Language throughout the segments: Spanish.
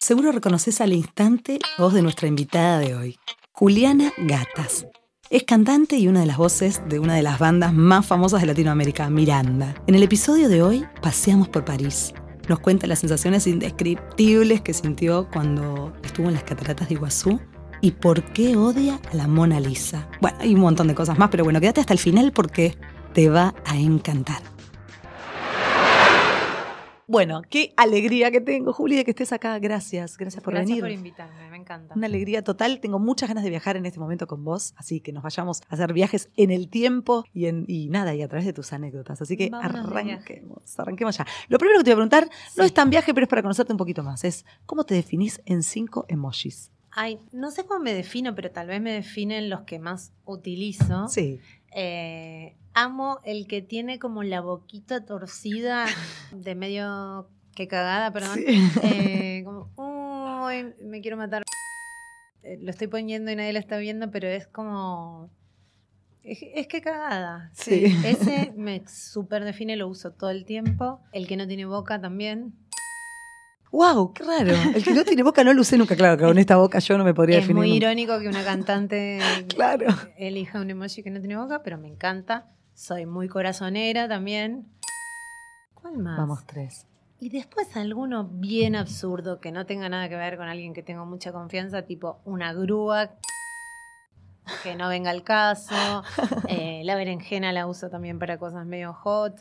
Seguro reconoces al instante la voz de nuestra invitada de hoy, Juliana Gatas. Es cantante y una de las voces de una de las bandas más famosas de Latinoamérica, Miranda. En el episodio de hoy paseamos por París. Nos cuenta las sensaciones indescriptibles que sintió cuando estuvo en las cataratas de Iguazú y por qué odia a la Mona Lisa. Bueno, hay un montón de cosas más, pero bueno, quédate hasta el final porque te va a encantar. Bueno, qué alegría que tengo, Juli, de que estés acá. Gracias, gracias por Gracias venir. por invitarme, me encanta. Una alegría total. Tengo muchas ganas de viajar en este momento con vos, así que nos vayamos a hacer viajes en el tiempo y, en, y nada, y a través de tus anécdotas. Así que Vámonos de viaje. arranquemos, arranquemos ya. Lo primero que te voy a preguntar no Sí. es tan viaje, pero es para conocerte un poquito más. Es cómo te definís en cinco emojis. Ay, no sé cómo me defino, pero tal vez me definen los que más utilizo. Sí. Eh, amo el que tiene como la boquita torcida de medio que cagada, perdón. Sí. Eh, como, uy, me quiero matar. Eh, lo estoy poniendo y nadie lo está viendo, pero es como... Es, es que cagada. Sí. Ese me super define, lo uso todo el tiempo. El que no tiene boca también. ¡Wow! ¡Qué raro! El que no tiene boca no lo usé nunca. Claro, que con esta boca yo no me podría Es definir. muy nunca. irónico que una cantante Claro. elija un emoji que no tiene boca, pero me encanta. Soy muy corazonera también. ¿Cuál más? Vamos, tres. Y después alguno bien absurdo que no tenga nada que ver con alguien que tengo mucha confianza, tipo una grúa, que no venga al caso. Eh, la berenjena la uso también para cosas medio hot.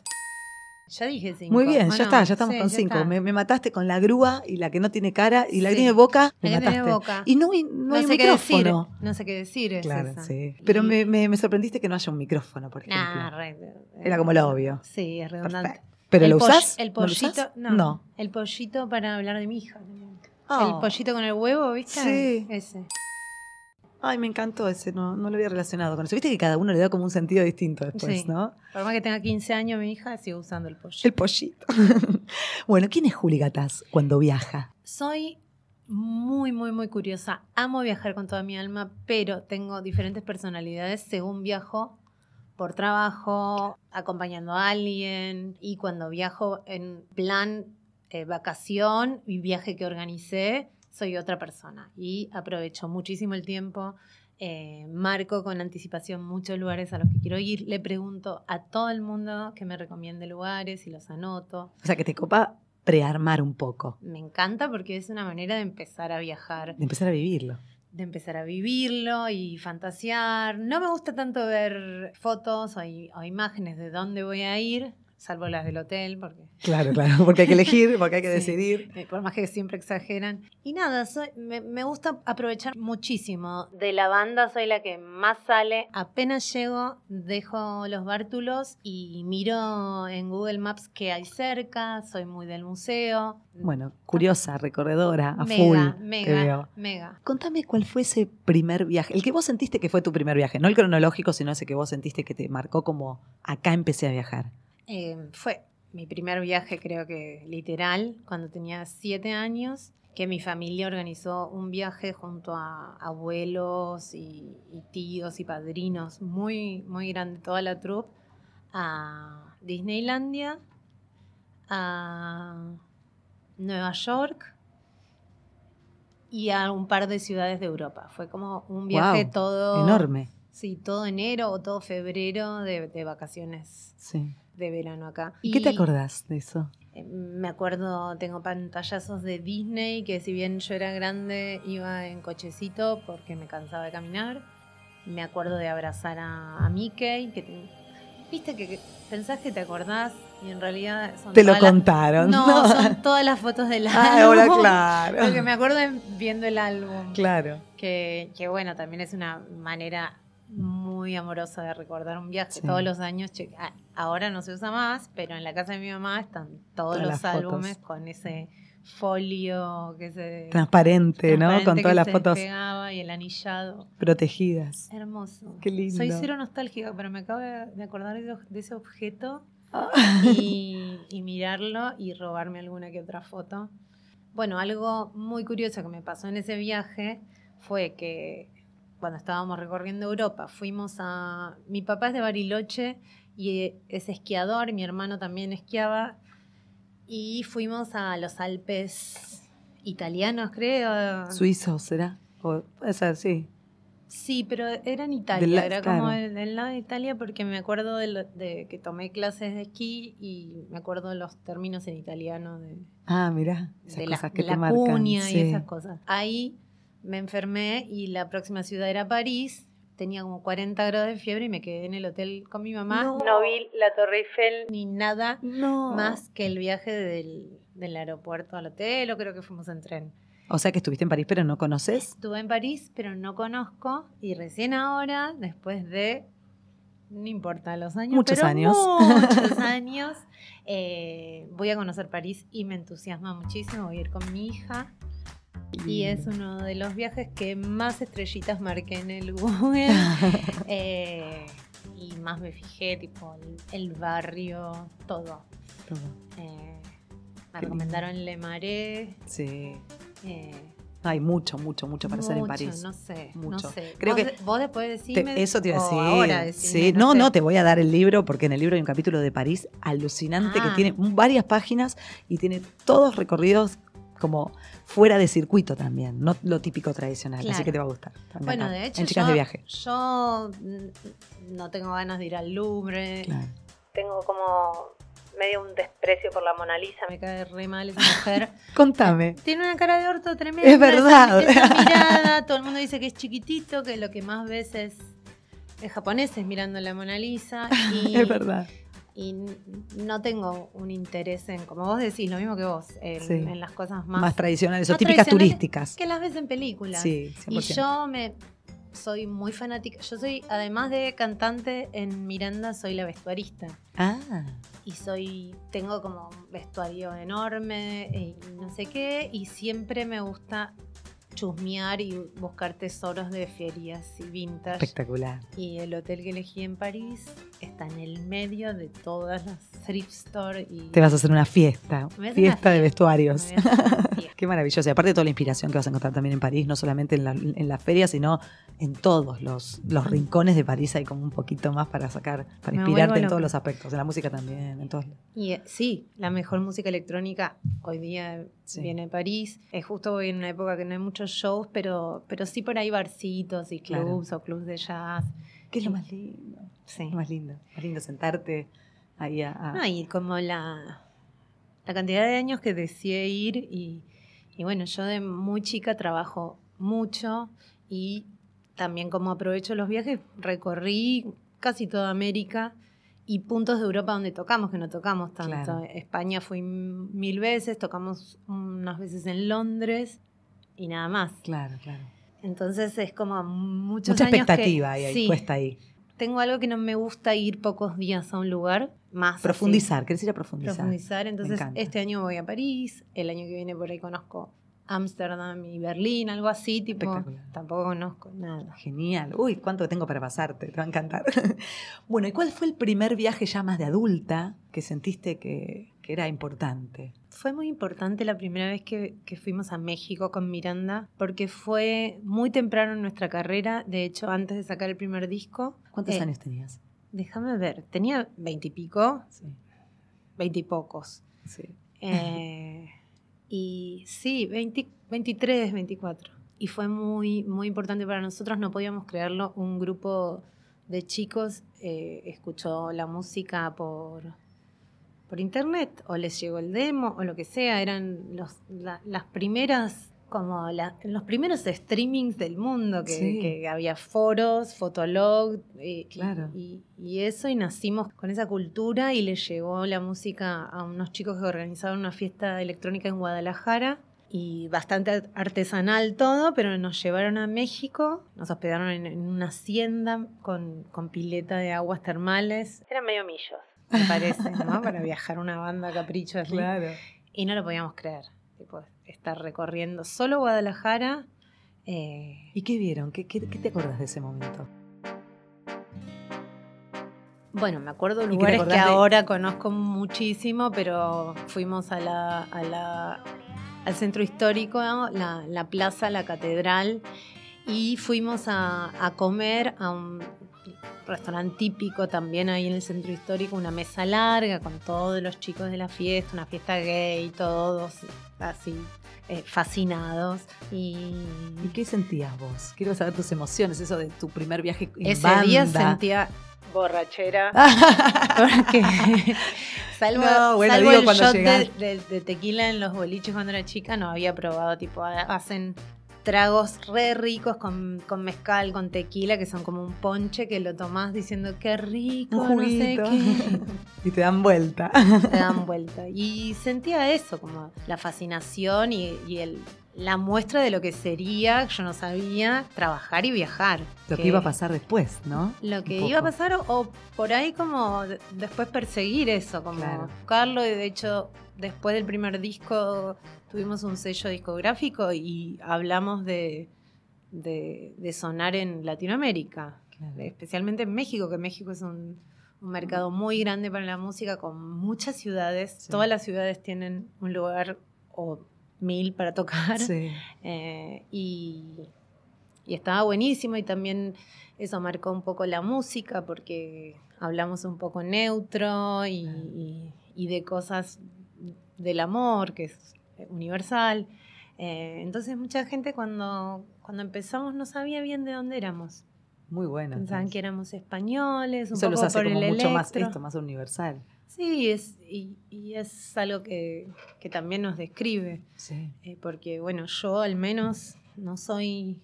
Ya dije cinco. Muy bien, ¿o ya no? está, ya estamos Sí, con ya cinco. está. Me, me mataste con la grúa y la que no tiene cara y la que Sí. tiene boca, me La que mataste. tiene boca. Y no, hay- no No hay un sé qué decir. micrófono. No sé qué decir. es Claro, esa. sí. Pero Y- me, me- me sorprendiste que no haya un micrófono, por ejemplo. Nah, re- Era como lo obvio. Sí, es redundante. Perfecto. ¿Pero El lo poll- usás? El ¿No lo usás? pollito, no, No. El pollito para hablar de mi hija. también. Oh. El pollito con el huevo, ¿viste? Sí. Ese. Ay, me encantó ese, no, no lo había relacionado con eso. Viste que cada uno le da como un sentido distinto después, Sí. ¿no? Por más que tenga 15 años mi hija, sigo usando el pollito. El pollito. bueno, ¿quién es Juli Gatás cuando viaja? Soy muy, muy, muy curiosa. Amo viajar con toda mi alma, pero tengo diferentes personalidades según viajo por trabajo, acompañando a alguien y cuando viajo en plan eh, vacación y viaje que organicé, soy otra persona y aprovecho muchísimo el tiempo. eh, marco con anticipación muchos lugares a los que quiero ir. Le pregunto a todo el mundo que me recomiende lugares y los anoto. O sea, que te copa prearmar un poco, Me encanta porque es una manera de empezar a viajar, de empezar a vivirlo. de empezar a vivirlo y fantasear. No me gusta tanto ver fotos o, i- o imágenes de dónde voy a ir, salvo las del hotel, porque Claro, claro, porque hay que elegir, porque hay que Sí. decidir. eh, por más que siempre exageran. Y nada, soy- me, me gusta aprovechar muchísimo. De la banda soy la que más sale. Apenas llego, dejo los bártulos y miro en Google Maps qué hay cerca. Soy muy del museo. Bueno, curiosa, recorredora, a mega, full. mega, Te veo. mega. Contame cuál fue ese primer viaje, el que vos sentiste que fue tu primer viaje, no el cronológico, sino ese que vos sentiste que te marcó como acá empecé a viajar. Eh, fue mi primer viaje, creo que literal, cuando tenía siete años, que mi familia organizó un viaje junto a abuelos y, y tíos y padrinos, muy, muy grande, toda la troupe, a Disneylandia, a Nueva York y a un par de ciudades de Europa. Fue como un viaje Guau, todo... Enorme. Sí, todo enero o todo febrero de- de vacaciones Sí. de verano acá. ¿Y, qué te acordás de eso? eh, Me acuerdo, tengo pantallazos de Disney que si bien yo era grande iba en cochecito porque me cansaba de caminar. Me acuerdo de abrazar a, a Mickey, que te- viste que, que pensás que te acordás y en realidad son Te lo todas las- contaron. No, son todas las fotos del Ah, álbum. ahora Lo que claro. me acuerdo es viendo el álbum. Claro. Que, que bueno, también es una manera muy amorosa de recordar un viaje. Sí. Todos los años, che- a- ahora no se usa más, pero en la casa de mi mamá están todos Todas los las fotos. álbumes con ese folio que se... Transparente, ¿no? transparente Con que todas las se fotos despegaba y el anillado. protegidas. Hermoso. Qué lindo. Soy cero nostálgica, pero me acabo de de acordar de de ese objeto Ah. y, y mirarlo y robarme alguna que otra foto. Bueno, algo muy curioso que me pasó en ese viaje fue que cuando estábamos recorriendo Europa, fuimos a... Mi papá es de Bariloche y es esquiador, mi hermano también esquiaba, y fuimos a los Alpes italianos, creo. Suizo, ¿será? O, esa, sí. Sí, pero era en Italia, Del la- era claro. como el- del lado de Italia porque me acuerdo de, lo- de que tomé clases de esquí y me acuerdo de los términos en italiano de, Ah, mirá, esas de la, cosas que de te la marcan. cuña sí. y esas cosas. Ahí me enfermé y la próxima ciudad era París. Tenía como 40 grados de fiebre y me quedé en el hotel con mi mamá. No. vi la Torre Eiffel ni nada No. más que el viaje del, del aeropuerto al hotel o creo que fuimos en tren. O sea que estuviste en París, pero no conoces. Estuve en París, pero no conozco. Y recién ahora, después de, no importa los años, Muchos pero años. Muchos años. eh, voy a conocer París y me entusiasma muchísimo. Voy a ir con mi hija. Y es uno de los viajes que más estrellitas marqué en el Google. eh, y más me fijé, tipo, el, el barrio, todo. Eh, me Qué recomendaron Le Marais. Sí. eh, Hay mucho, mucho, mucho para hacer en mucho, París. No sé, Mucho. no sé. Creo vos, que- de- vos después Te- decime. eso te iba a o decir. ahora decime, sí. No, sé. no, te voy a dar el libro porque en el libro hay un capítulo de París alucinante Ah. que tiene varias páginas y tiene todos recorridos como fuera de circuito también, no lo típico tradicional. Así Claro. que te va a gustar. te va a Bueno, encantar. de hecho, en chicas yo, de viaje. yo mm, no tengo ganas de ir al Louvre. Claro. Tengo como medio un desprecio por la Mona Lisa. Me cae re mal esa mujer. Contame. Tiene una cara de orto tremenda. Es verdad. esa- esa mirada, todo el mundo dice que es chiquitito, que lo que más ves es, es japoneses mirando la Mona Lisa. Y, Es verdad. y n- no tengo un interés en, como vos decís, lo mismo que vos, en, Sí. en las cosas Más, más, tradicionales o más típicas tradicionales turísticas. que las ves en películas. Sí, 100%. y yo me soy muy fanática. Yo soy, además de cantante en Miranda, soy la vestuarista. Ah. Y soy, tengo como un vestuario enorme eh, y no sé qué. Y siempre me gusta chusmear y buscar tesoros de ferias y vintage. Espectacular. Y el hotel que elegí en París está en el medio de todas las thrift store y Te vas a hacer una fiesta, Me voy fiesta, a hacer una de fiesta. vestuarios. me voy a hacer una fiesta. Qué maravilloso. Y aparte toda la inspiración que vas a encontrar también en París, no solamente en la, en la feria, sino en todos los, los rincones de París hay como un poquito más para sacar, para Me inspirarte vuelvo en todos loca. los aspectos, en la música también, en todos. Y eh, sí, la mejor música electrónica hoy día Sí. viene de París. Es justo hoy en una época que no hay muchos shows, pero, pero sí por ahí barcitos y Claro. clubs o clubs de jazz. ¿Qué es lo más lindo? Sí. Lo más lindo. Más lindo sentarte ahí a... a- No, y como la, la cantidad de años que deseé ir y, y bueno, yo de muy chica trabajo mucho y también como aprovecho los viajes, recorrí casi toda América y puntos de Europa donde tocamos, que no tocamos tanto. Claro. España fui m- mil veces, tocamos unas veces en Londres y nada más. Claro, claro. Entonces es como muchos Mucha años que- expectativa ahí, ahí, sí, puesta ahí. tengo algo que no me gusta ir pocos días a un lugar más. así Profundizar, ¿querés ir a profundizar? profundizar. Entonces, encanta. este año voy a París, el año que viene por ahí conozco Ámsterdam y Berlín, algo así, tipo, Espectacular. tampoco conozco nada. Genial. Uy, cuánto tengo para pasarte, te va a encantar. bueno, ¿y cuál fue el primer viaje ya más de adulta que sentiste que, que era importante? Fue muy importante la primera vez que, que fuimos a México con Miranda, porque fue muy temprano en nuestra carrera, de hecho, antes de sacar el primer disco. ¿Cuántos Eh, años tenías? Déjame ver, tenía veintipico, Sí, veintipocos. sí. Eh, y sí, 20 23, 24. Y fue muy, muy importante para nosotros, no podíamos creerlo. Un grupo de chicos eh, escuchó la música por, por internet, o les llegó el demo, o lo que sea. Eran los, la- las primeras, como la- los primeros streamings del mundo, que, Sí. que había foros, fotolog, eh, Claro. y, y eso, y nacimos con esa cultura y le llegó la música a unos chicos que organizaban una fiesta electrónica en Guadalajara y bastante ar- artesanal todo, pero nos llevaron a México, nos hospedaron en, en una hacienda con, con pileta de aguas termales. Eran medio millos, me parece, ¿no? Para viajar una banda capricho así. Y no lo podíamos creer, tipo, estar recorriendo solo Guadalajara. eh, ¿Y qué vieron? ¿Qué, qué, qué te acordás de ese momento? Bueno, me acuerdo de te lugares que acordás de- ahora conozco muchísimo, pero fuimos a la, a la- al centro histórico, ¿no? la, la plaza, la catedral, y fuimos a, a comer a un restaurante típico también ahí en el centro histórico, una mesa larga con todos los chicos de la fiesta, una fiesta gay, todos así eh, fascinados. Y ¿Y qué sentías vos? Quiero saber tus emociones, eso de tu primer viaje en ese banda. día sentía borrachera. Porque salvo, No, bueno, salvo digo el cuando shot llegás. de, de- de tequila en los boliches cuando era chica, no había probado, tipo, ha- hacen tragos re ricos con, con mezcal, con tequila, que son como un ponche que lo tomás diciendo qué rico, Un no sé juguito. qué. Y te dan vuelta. te dan vuelta. Y sentía eso, como la fascinación y, y el, la muestra de lo que sería, yo no sabía, trabajar y viajar. Lo que iba a pasar después, ¿no? Lo que Un iba a poco. pasar o, o por ahí como de- después perseguir eso, como Claro. buscarlo. Y de hecho, después del primer disco tuvimos un sello discográfico y hablamos de, de, de sonar en Latinoamérica Claro. especialmente en México, que México es un, un mercado muy grande para la música, con muchas ciudades. Sí. Todas las ciudades tienen un lugar o mil para tocar. Sí. Eh, y, y estaba buenísimo y también eso marcó un poco la música porque hablamos un poco neutro y, y- y de cosas del amor que es universal. Eh, entonces mucha gente cuando, cuando empezamos no sabía bien de dónde éramos. Muy bueno. Pensaban entonces. que éramos españoles, un Eso poco los hace por como el mucho más electro. esto, más universal. Sí, es, y, y es algo que, que también nos describe. Sí. eh, porque, bueno, yo al menos no soy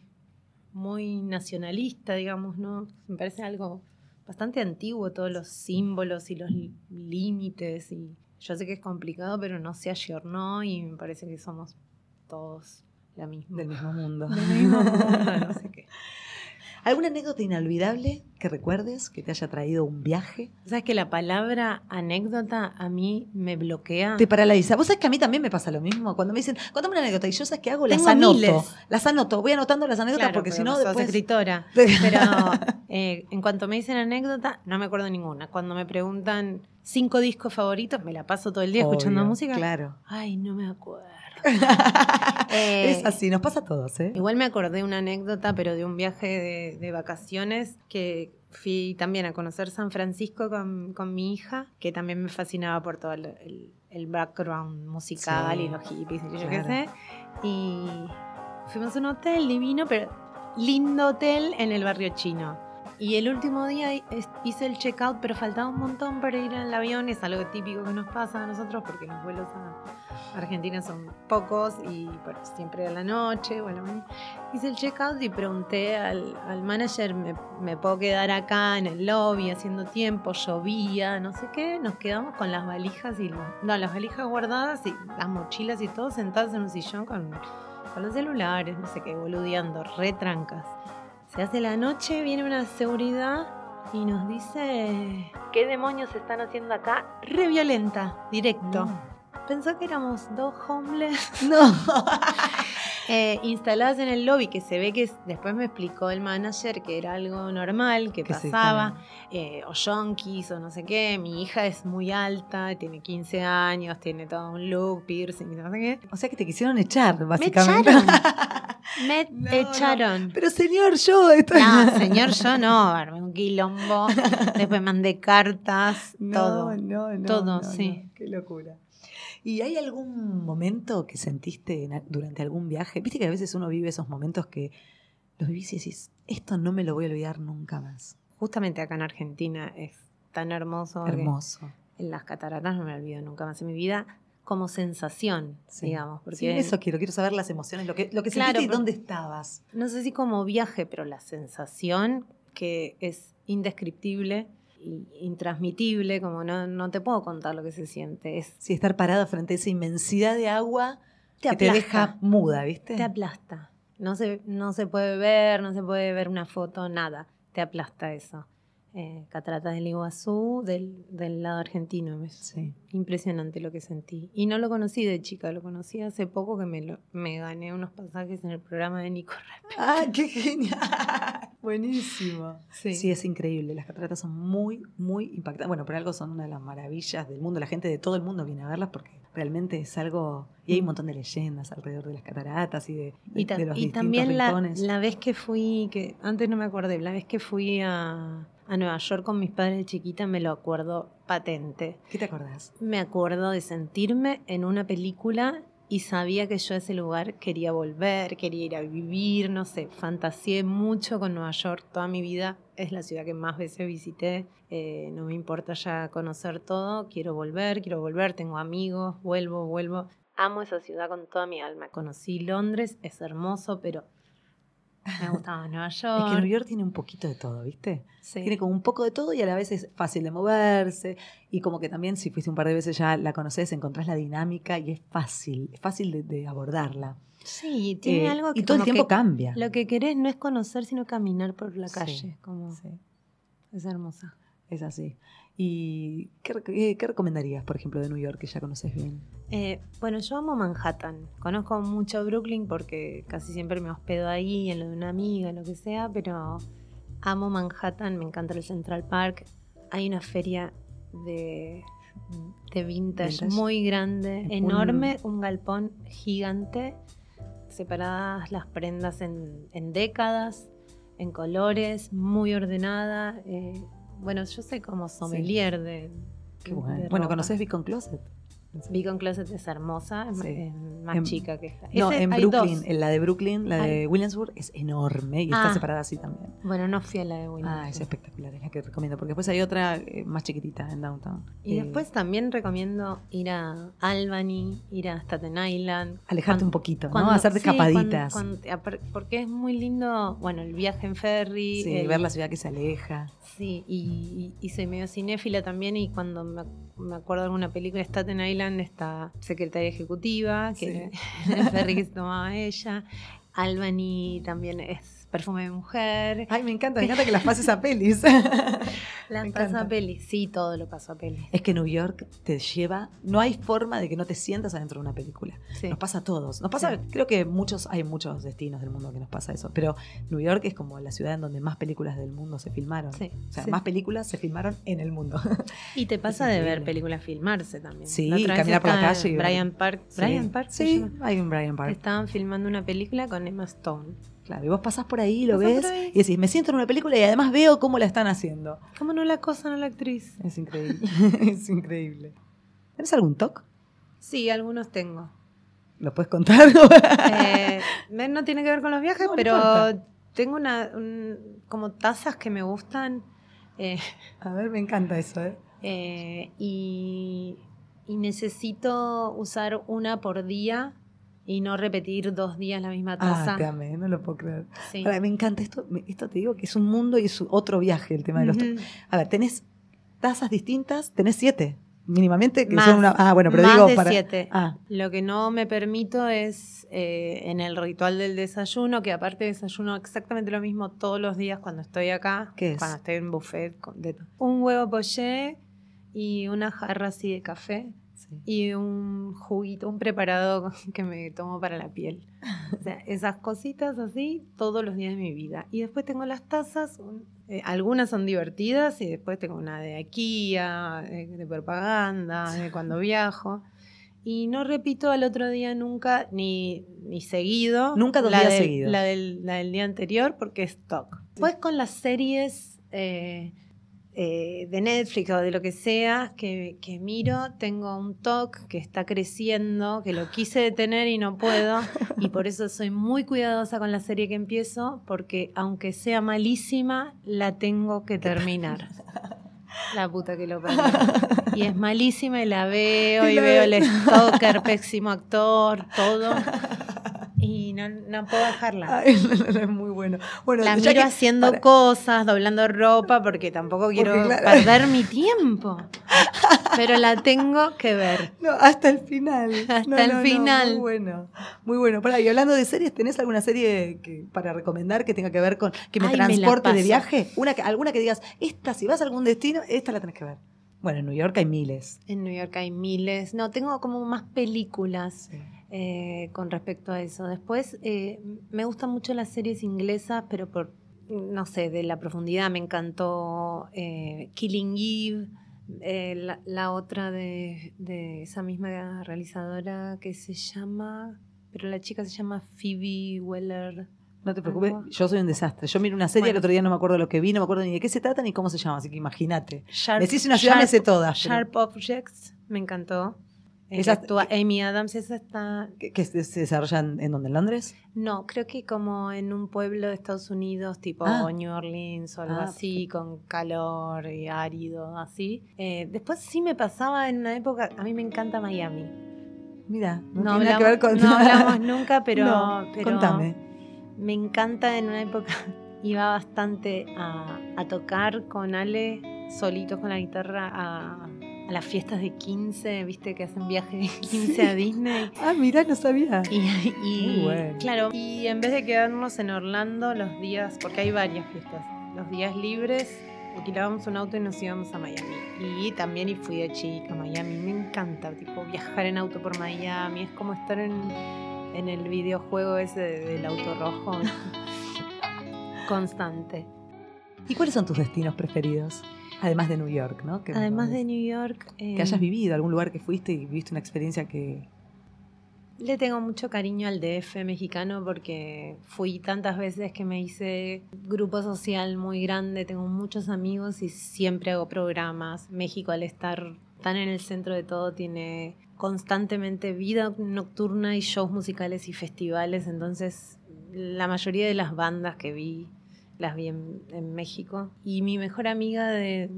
muy nacionalista, digamos, ¿no? Me parece algo bastante antiguo, todos los símbolos y los li- límites. Y yo sé que es complicado, pero no sé ayer no, y me parece que somos todos la misma. Del mismo mundo. del mismo mundo, no sé qué. ¿Alguna anécdota inolvidable que recuerdes que te haya traído un viaje? ¿Sabes que la palabra anécdota a mí me bloquea? Te paraliza. Vos sabés que a mí también me pasa lo mismo. Cuando me dicen, contame una anécdota, y yo sabes qué hago, las Tengo anoto. miles. Las anoto, voy anotando las anécdotas Claro, porque si no sos después. escritora. Pero eh, en cuanto me dicen anécdota, no me acuerdo ninguna. Cuando me preguntan cinco discos favoritos, me la paso todo el día escuchando Obvio, música. Claro. Ay, no me acuerdo. Eh, es así, nos pasa a todos, ¿eh? Igual me acordé una anécdota, pero de un viaje de, de vacaciones que fui también a conocer San Francisco con, con mi hija, que también me fascinaba por todo el, el- el background musical Sí, y los hippies y yo qué claro. sé. Y fuimos a un hotel divino, pero lindo hotel en el barrio chino. Y el último día es- hice el check-out, pero faltaba un montón para ir al avión. Es algo típico que nos pasa a nosotros porque los vuelos a Argentina son pocos y bueno, siempre a la noche o a la mañana. Hice el check-out y pregunté al, al manager, ¿me, me puedo quedar acá en el lobby haciendo tiempo? Llovía, no sé qué. Nos quedamos con las valijas y los- no, las valijas guardadas y las mochilas y todo sentados en un sillón con, con los celulares, no sé qué, boludeando, retrancas. Se hace la noche, viene una seguridad y nos dice, ¿qué demonios están haciendo acá? Re violenta, directo. Mm. Pensó que éramos dos homeless No. eh, instaladas en el lobby, que se ve que es- después me explicó el manager que era algo normal, que, Que sí, pasaba, eh, o yonkis o no sé qué. Mi hija es muy alta, tiene 15 años, tiene todo un look, piercing, y no sé qué. O sea que te quisieron echar, Me básicamente. echaron. Me No, no. echaron. Pero señor, yo. esto- No, señor, yo no, armé un quilombo, después mandé cartas, No, todo. no, no, Todo, no, sí. no, Qué locura. ¿Y hay algún momento que sentiste en- durante algún viaje? Viste que a veces uno vive esos momentos que los vivís y decís, esto no me lo voy a olvidar nunca más. Justamente acá en Argentina es tan hermoso. que- Hermoso. en las cataratas no me olvido nunca más en mi vida como sensación, Sí. digamos, porque Sí, eso quiero, quiero saber las emociones, lo que, lo que Claro, sentiste y pero- dónde estabas. no sé si como viaje, pero la sensación que es indescriptible e intransmitible, como no, no te puedo contar lo que se siente, es Sí, estar parada frente a esa inmensidad de agua te que te deja muda, ¿viste? te aplasta. No se, no se puede ver, no se puede ver una foto, nada. Te aplasta eso. Eh, Cataratas del Iguazú, del, del lado argentino. Es Sí. impresionante lo que sentí. Y no lo conocí de chica, lo conocí hace poco que me, lo- me gané unos pasajes en el programa de Nico Rep. ¡Ah, qué genial! Buenísimo. Sí. es increíble. Las cataratas son muy, muy impactantes. Bueno, por algo son una de las maravillas del mundo. La gente de todo el mundo viene a verlas porque realmente es algo. Y hay un montón de leyendas alrededor de las cataratas y de, Mm. Y, ta- de los y distintos también la, rincones. la vez que fui, que antes no me acordé, la vez que fui a, a Nueva York con mis padres de chiquita, me lo acuerdo patente. ¿Qué te acordás? Me acuerdo de sentirme en una película y sabía que yo a ese lugar quería volver, quería ir a vivir, no sé, fantaseé mucho con Nueva York toda mi vida. Es la ciudad que más veces visité, eh, no me importa ya conocer todo, quiero volver, quiero volver, tengo amigos, vuelvo, vuelvo. Amo esa ciudad con toda mi alma. Conocí Londres, es hermoso, pero me gustaba Nueva York. Es que Nueva York tiene un poquito de todo, ¿viste? Sí. Tiene como un poco de todo y a la vez es fácil de moverse. Y como que también, si fuiste un par de veces ya la conoces, encontrás la dinámica y es fácil, es fácil de, de abordarla. Sí, tiene Eh, algo que y todo el como tiempo que cambia. Lo que querés no es conocer, sino caminar por la Sí, calle. Como Sí, es hermosa. es así. ¿Y qué, rec- eh, qué recomendarías, por ejemplo, de New York que ya conoces bien? Eh, bueno, yo amo Manhattan. Conozco mucho Brooklyn porque casi siempre me hospedo ahí, en lo de una amiga, lo que sea, pero amo Manhattan, me encanta el Central Park. Hay una feria de, de vintage, Vintage. muy grande, Un- enorme, un galpón gigante, separadas las prendas en, en décadas, en colores, muy ordenada. eh, bueno, yo soy como sommelier de... Qué Mm, de bueno. Bueno, ropa. conoces Beacon Closet. Beacon Closet es hermosa, es Sí. ma- es más En- chica que esta. no, Ese- en hay Brooklyn, eh. dos. en la de Brooklyn, la de Hay- Williamsburg es enorme y Ah. está separada así también. Bueno, no fui a la de Williams. Ah, es espectacular, es la que recomiendo, porque después hay otra eh, más chiquitita en Downtown. y Eh, después también recomiendo ir a Albany, ir a Staten Island. alejarte un Cuando- poquito, cuando- ¿no? Hacerte sí, escapaditas. cuando- cuando te apar- porque es muy lindo, bueno, el viaje en ferry. sí, el- ver la ciudad que se aleja. Sí, y, y- y soy medio cinéfila también y cuando me, me acuerdo de alguna película de Staten Island, está Secretaria Ejecutiva, que Sí. era el ferry que se tomaba ella. Albany también es perfume de mujer. Ay, me encanta, me encanta que las pases a pelis. Las Me paso a encanta. peli, sí, todo lo paso a peli. es que New York te lleva, no hay forma de que no te sientas adentro de una película. Sí. Nos pasa a todos. Nos pasa, Sí. creo que muchos, hay muchos destinos del mundo que nos pasa eso, pero New York es como la ciudad en donde más películas del mundo se filmaron. Sí, O sea, sí. más películas se filmaron en el mundo. Y te pasa Es de ver increíble. películas filmarse también. Sí, La otra vez caminar por la estaba calle y ver- Brian Park. Brian Park, se Sí, llama. hay un Brian Park. Estaban filmando una película con Emma Stone. Claro, y vos pasás por ahí, lo Pasás ves por ahí. y decís, me siento en una película y además veo cómo la están haciendo. ¿Cómo no la acosan a la actriz? Es increíble, es increíble. ¿Tenés algún toque? Sí, algunos tengo. ¿Lo puedes contar? Eh, me- no tiene que ver con los viajes, No, no pero importa. tengo una un- como tazas que me gustan eh, A ver, me encanta eso, ¿eh? eh, y, y necesito usar una por día y no repetir dos días la misma Ah, taza. te amé, no lo puedo creer. Sí. Ahora, me encanta esto, me- esto te digo que es un mundo y es otro viaje el tema de los... to- Ujú. A ver, tenés tazas distintas, tenés siete, mínimamente, que Más, son una... Ah, bueno, pero más digo de para... siete. Ah, Lo que no me permito es eh, en el ritual del desayuno, que aparte desayuno exactamente lo mismo todos los días cuando estoy acá, ¿Qué es? cuando estoy en buffet, con- de- un huevo poché y una jarra así de café sí. y un juguito, un preparado que me tomo para la piel. O sea, esas cositas así todos los días de mi vida. Y después tengo las tazas, un- eh, algunas son divertidas y después tengo una de IKEA, eh, de propaganda, de cuando viajo. Y no repito al otro día nunca, ni, ni seguido. Nunca dos la días del- seguidos. La del, la del día anterior porque es TOC. Después con las series... eh, eh, de Netflix o de lo que sea que, que miro, tengo un TOC que está creciendo, que lo quise detener y no puedo, y por eso soy muy cuidadosa con la serie que empiezo, porque aunque sea malísima, la tengo que terminar. La puta que lo parió. Y es malísima y la veo Y y, la veo ve- el stalker, pésimo actor, todo. Y no, no puedo dejarla. Ay, es muy bueno. Bueno, La ya miro que- haciendo para- cosas, doblando ropa, porque tampoco quiero claro. perder mi tiempo. Pero la tengo que ver. No, hasta el final. Hasta No, el no, no, final. muy bueno. Muy bueno. Pará, y hablando de series, ¿tenés alguna serie que, para recomendar que tenga que ver con que me Ay, me la transporte de paso. viaje? Una que- alguna que digas, esta, si vas a algún destino, esta la tenés que ver. Bueno, en New York hay miles. En New York hay miles. No, tengo como más películas eh, con respecto a eso. Después, eh, me gustan mucho las series inglesas, pero por, no sé, de la profundidad. Me encantó eh, Killing Eve. eh, la, la otra de, de esa misma realizadora que se llama, pero la chica se llama Phoebe Weller. No te preocupes, yo soy un desastre. Yo miro una serie, Bueno. el otro día no me acuerdo lo que vi, no me acuerdo ni de qué se trata ni cómo se llama, así que imagínate. Sharp, Me decís una ciudad, me sé todas. pero- Sharp Objects, me encantó. Eh, Esa- actúa Amy Adams, esa está. que, que se se desarrollan en donde en Londres. No, creo que como en un pueblo de Estados Unidos, tipo Ah. New Orleans o algo Ah, así, con calor y árido, así. Eh, después sí me pasaba en una época, a mí me encanta Miami. Mira, no, No, tiene nada que ver con hablamos, no hablamos nunca, pero, No, pero contame. me encanta en una época. Iba bastante a, a tocar con Ale, solitos con la guitarra, a, a las fiestas de 15, viste que hacen viaje de 15 a Disney. Ah, mira, no sabía. Y, y- Muy bueno. claro, y en vez de quedarnos en Orlando los días, porque hay varias fiestas, los días libres alquilábamos un auto y nos íbamos a Miami. Y también y fui de chica a Miami, me encanta, tipo viajar en auto por Miami, es como estar en, en el videojuego ese de- del auto rojo constante. ¿Y cuáles son tus destinos preferidos? Además de New York, ¿no? Que- Además de New York, Que eh, hayas vivido, algún lugar que fuiste y viste una experiencia que. Le tengo mucho cariño al DF mexicano porque fui tantas veces que me hice grupo social muy grande, tengo muchos amigos y siempre hago programas. México al estar tan en el centro de todo tiene constantemente vida nocturna y shows musicales y festivales, entonces la mayoría de las bandas que vi las vi en, en México y mi mejor amiga de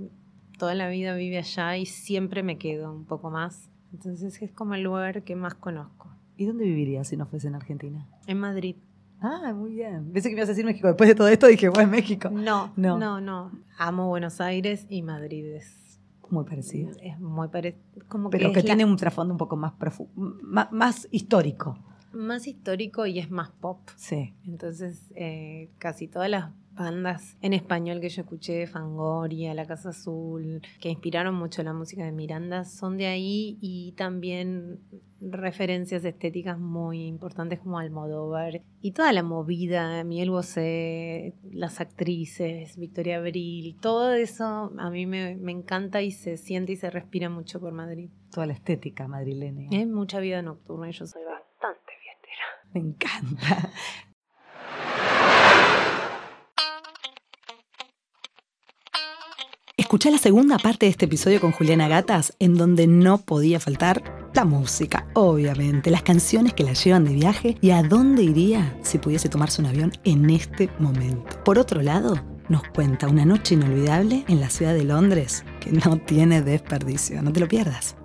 toda la vida vive allá y siempre me quedo un poco más, entonces es como el lugar que más conozco. ¿Y dónde vivirías si no fuese en Argentina? En Madrid. Ah, muy bien. Pensé que me ibas a decir México. Después de todo esto dije, bueno, México. No, No. no, no, Amo Buenos Aires y Madrid es, Muy parecido. es muy parecido. Como Pero que, que es la- tiene un trasfondo un poco más, profu- más, más histórico. más histórico y es más pop. Sí. Entonces, eh, casi todas las bandas en español que yo escuché, Fangoria, La Casa Azul, que inspiraron mucho la música de Miranda, son de ahí y también referencias estéticas muy importantes como Almodóvar y toda la movida, Miguel Bosé, las actrices, Victoria Abril, todo eso a mí me, me encanta y se siente y se respira mucho por Madrid. Toda la estética madrileña. Hay mucha vida nocturna y yo soy bastante fiestera. Me encanta. Escuchá la segunda parte de este episodio con Juliana Gatas, en donde no podía faltar la música, obviamente, las canciones que la llevan de viaje y a dónde iría si pudiese tomarse un avión en este momento. Por otro lado, nos cuenta una noche inolvidable en la ciudad de Londres que no tiene desperdicio, no te lo pierdas.